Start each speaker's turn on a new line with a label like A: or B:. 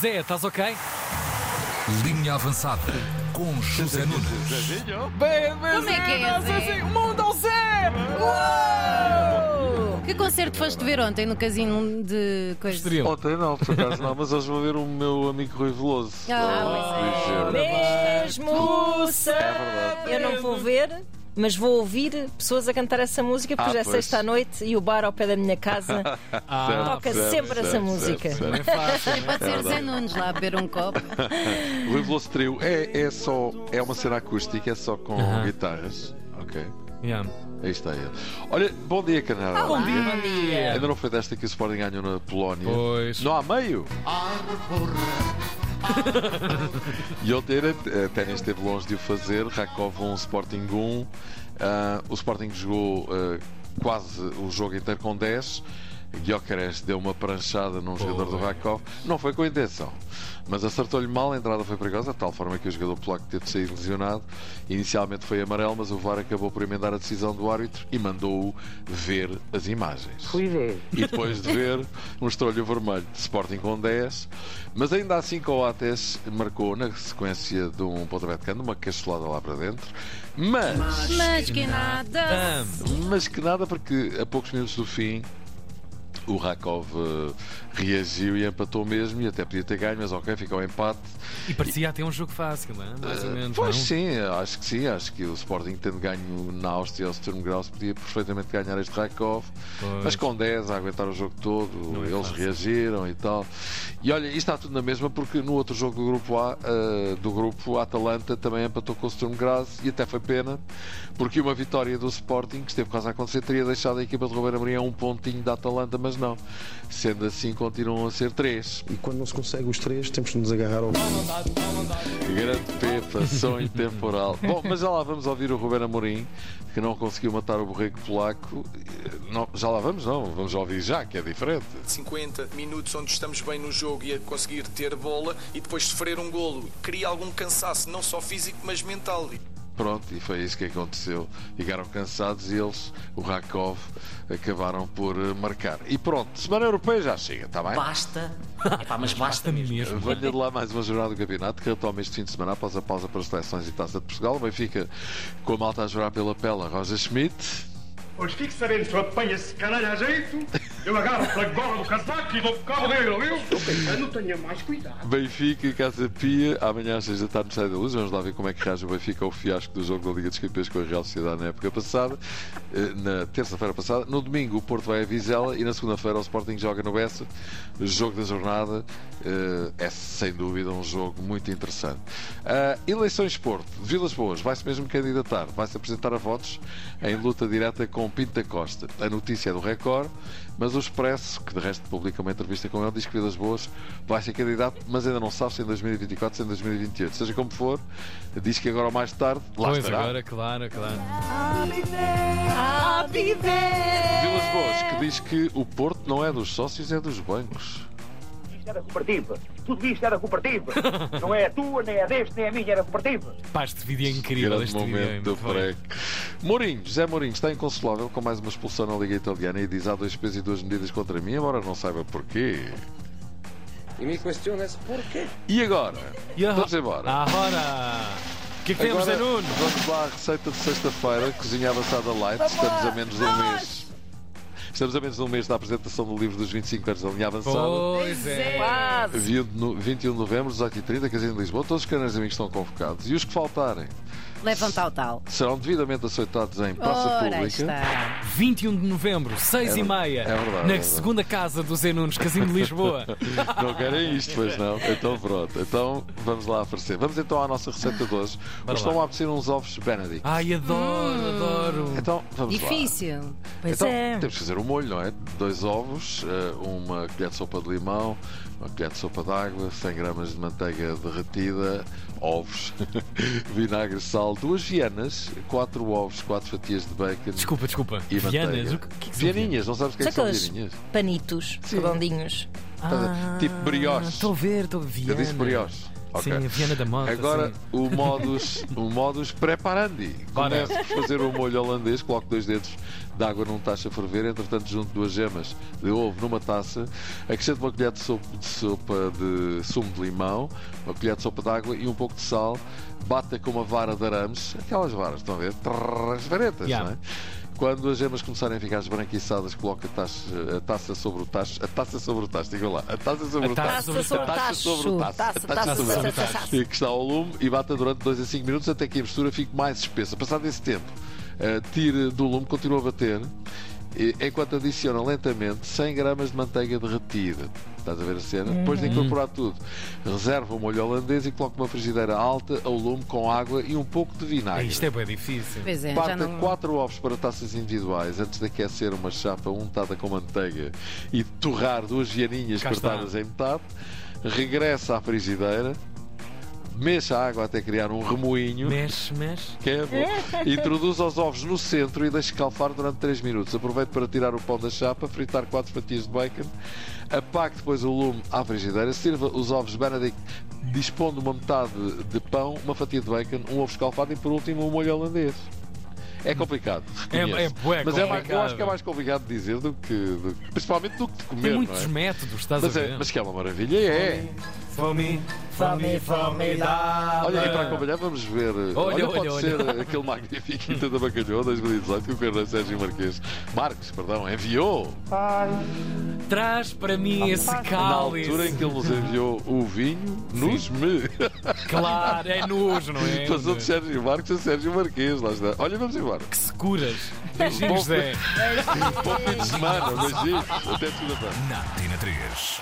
A: Zé, estás ok?
B: Linha avançada com José Nunes.
A: Bem, bem,
C: Como é que é,
A: não sei
C: Zé?
A: se- um Mundo ao Zé! Uou!
C: Que concerto foste ver ontem no casino de coisas?
A: Estrela.
D: Ontem não, por acaso não, mas hoje vou ver o meu amigo Rui Veloso.
C: Ah,
D: Ligeiro.
E: Mesmo
D: É
E: se
D: verdade.
E: eu não vou ver, mas vou ouvir pessoas a cantar essa música porque
D: Ah,
E: já é
D: pois.
E: sexta à noite e o bar ao pé da minha casa
A: Ah,
E: toca sempre essa música.
A: é fácil.
C: pois é. Pode ser Zé Nunes lá a beber um copo.
D: Rui Veloso Trio é, é só. É uma cena acústica, é só com
A: Aham.
D: guitarras. Ok.
A: Yeah.
D: Aí está ele. Olha, bom dia, Canadá.
A: Bom dia!
D: Ainda não foi desta que o Sporting ganhou na Polónia.
A: Pois.
D: Não há meio. e ontem era- eh, Ténis esteve longe de o fazer. Rakov 1, Sporting 1. Ah, o Sporting jogou ah, quase o jogo inteiro com 10. Guiocares deu uma pranchada num jogador do Rakov. Não foi com intenção. Mas acertou-lhe mal, a entrada foi perigosa, de tal forma que o jogador polaco teve de sair lesionado. Inicialmente foi amarelo, mas o VAR acabou por emendar a decisão do árbitro e mandou-o ver as imagens. E depois de ver, mostrou-lhe o vermelho de Sporting com 10. Mas ainda assim, Coates marcou na sequência de um pontapé de cano, uma castelada lá para dentro. Mas,
C: Mas que nada.
A: Amo.
D: mas que nada, porque a poucos minutos do fim, o Rakov eh, reagiu e empatou mesmo. E até podia ter ganho, mas ok, fica o empate.
A: E parecia até um jogo fácil, não é? Mais ou menos.
D: Pois
A: não?
D: sim, acho que sim. Acho que o Sporting, tendo ganho na Áustria ao Sturm Graus, podia perfeitamente ganhar este Rakov.
A: Pois.
D: Mas com 10 a aguentar o jogo todo,
A: Não é
D: eles
A: fácil.
D: reagiram e tal. E olha, isto está tudo na mesma porque no outro jogo do grupo A, eh, do grupo a Atalanta também empatou com o Sturm Graz e até foi pena, porque uma vitória do Sporting, que esteve quase a acontecer, teria deixado a equipa de Roberto Amorim a um pontinho da Atalanta, mas não. Sendo assim, continuam a ser três.
F: E quando não se consegue os três, temos de nos agarrar ao.
D: Grande Pepa, som intemporal. Bom, mas já lá vamos ouvir o Ruben Amorim, que não conseguiu matar o borrego polaco. Eh, Não, já lá vamos, não. Vamos ouvir já, que é diferente.
G: 50 minutos onde estamos bem no jogo e a conseguir ter bola e depois sofrer um golo. Cria algum cansaço, não só físico, mas mental.
D: Pronto, e foi isso que aconteceu. Ficaram cansados e eles, o Rakov, acabaram por eh, marcar. E pronto, Semana Europeia já chega, está bem?
H: Basta. Epá, mas basta mesmo.
A: Um Mesmo.
D: Venha de lá mais uma jornada do campeonato que retoma este fim de semana após a pausa para as seleções e taça de Portugal. O Benfica com a malta a jogar pela pela Roger Schmidt.
I: Pois fique sabendo, se eu apanho esse canalha a jeito, eu agarro a gola do casaco e dou pro carro dele, ouviu? Eu pensando, tenha mais cuidado.
D: Benfica e Casa Pia, amanhã às 6 da tarde no Estádio da Luz. Vamos lá ver como é que reage o Benfica ao fiasco do jogo da Liga dos Campeões com a Real Sociedade na época passada, eh, na terça-feira passada. No domingo, o Porto vai a Vizela e na segunda-feira o Sporting joga no Bessa. O jogo da jornada eh, é sem dúvida um jogo muito interessante. Ah, eleições Porto, Vilas Boas, vai-se mesmo candidatar, vai-se apresentar a votos em luta direta com Pinto da Costa. A notícia é do Record, mas o Expresso, que de resto publica uma entrevista com ele, diz que Vilas Boas vai ser candidato, mas ainda não sabe se em 2024, se em 2028. Seja como for, diz que agora ou mais tarde, lá
A: Pois
D: estará.
A: agora, claro, claro.
D: Vilas Boas, que diz que o Porto não é dos sócios, é dos bancos.
I: Isto era cooperativa. Tudo isto era cooperativa. Não é a tua, nem a deste, nem a minha, era cooperativa.
A: Pá, este vídeo é incrível.
D: Grande
A: Este vídeo é
D: momento do
A: muito bom.
D: prego. Mourinho, José Mourinho está inconsolável com mais uma expulsão na Liga Italiana e diz há dois pesos e duas medidas contra mim, embora não saiba porquê.
J: E me questionas por quê?
D: E agora?
A: E a-
D: Vamos embora.
A: Agora! O que é que temos, Zé
D: agora,
A: Nuno?
D: vamos lá à receita de sexta-feira, cozinha avançada light, estamos a menos de um mês. Estamos a menos de um mês da apresentação do livro dos 25 anos da linha avançada.
A: Pois é.
E: Quase.
D: 20 no- 21 de novembro, 18h30, Casino de Lisboa. Todos os canais amigos estão convocados. E os que faltarem
C: Levanta o tal.
D: serão devidamente aceitados em praça
C: Ora aí
D: pública.
C: está.
A: 21 de novembro, 6
D: É
A: e meia,
D: verdade, é verdade, é
A: na
D: verdade.
A: segunda casa do Zé Nunes, Casino de Lisboa.
D: Não querem isto, pois não? Então pronto, então vamos lá aparecer. Vamos então à nossa receita de hoje. Hoje estão a aparecer uns ovos Benedict.
A: Ai, adoro, adoro.
D: Então vamos lá.
C: Difícil. Pois
D: então,
C: é.
D: temos que fazer um molho, não é? Dois ovos, eh, uma colher de sopa de limão, uma colher de sopa de água, 100 gramas de manteiga derretida, ovos, vinagre, sal, duas vianas, quatro ovos, quatro fatias de bacon.
A: Desculpa, desculpa.
D: E manteiga.
A: Vianas, o que, o que é que são
D: Vianinhas, não sabes o que é
E: Só
D: que são
E: aqueles
D: vianinhas?
E: panitos redondinhos.
D: Estás a- Tipo brioche.
A: Estou a ver, estou a ver.
D: Eu disse brioche. Ok.
A: Sim, a Viana da Mota.
D: Agora
A: sim.
D: o modus, o modus preparandi.
A: Ora.
D: Começo por fazer um molho holandês, coloco dois dedos de água num tacho a ferver, entretanto junto duas gemas de ovo numa taça, acrescento uma colher de sopa de, sopa de sumo de limão, uma colher de sopa de água e um pouco de sal, bata com uma vara de arames, aquelas varas, estão a ver? Trrr, As varetas,
A: Yeah.
D: não é? Quando as gemas começarem a ficar esbranquiçadas, coloca a taça, a taça sobre o tacho, a taça sobre o tacho, digam lá, a taça sobre
A: A
D: o
A: taça
D: tacho.
E: Taça sobre o
D: Taça sobre o
E: tacho.
D: tacho.
E: Taça,
D: Taça
E: taça,
D: sobre o
E: taça, taça.
D: e que está ao lume e bata durante 2 a 5 minutos até que a mistura fique mais espessa. Passado esse tempo, eh, tire do lume, continua a bater, e, enquanto adiciona lentamente 100 gramas de manteiga derretida. Estás a ver a cena? Depois de incorporar tudo, reserva o molho holandês e coloca uma frigideira alta ao lume com água e um pouco de vinagre.
A: Isto é bem difícil.
C: Pois é, já
D: Parta
C: não.
D: quatro ovos para taças individuais antes de aquecer uma chapa untada com manteiga e torrar duas vianinhas
A: Cá está.
D: cortadas em metade. Regressa à frigideira, mexa a água até criar um remoinho.
A: Mexe, mexe.
D: que é bom. Introduz os ovos no centro e deixa calfar durante 3 minutos. Aproveite para tirar o pão da chapa, fritar 4 fatias de bacon, apague depois o lume à frigideira, sirva os ovos Benedict, dispondo uma metade de pão, uma fatia de bacon, um ovo escalfado e por último um molho holandês. É complicado.
A: É- é
D: reconheço.
A: bué
D: Mas é mais, eu
A: complicado.
D: acho que é mais complicado de dizer do que. do- principalmente do que de comer.
A: Tem
D: não
A: muitos
D: é?
A: métodos, estás
D: Mas,
A: a
D: é,
A: ver?
D: mas que é uma maravilha, é.
A: Fome, fome, fome dá.
D: Olha, e para acompanhar, vamos ver. Ah, é. Olha, pode
A: olha,
D: ser aquele magnífico Quinta da Bacalhau 2018 que o Carlos Sérgio Marquês Marques, perdão, enviou.
A: Traz para mim esse
D: Na
A: cálice.
D: altura em que ele nos enviou o vinho, nos me.
A: Claro, é nojo, não é?
D: Passou de Sérgio Marques a Sérgio Marquês, lá está. Olha, vamos embora.
A: Que securas. Beijinhos,
D: Bom-
A: Zé.
D: Bom fim de semana, beijinhos. Até segunda-feira.
B: Na Tina 3.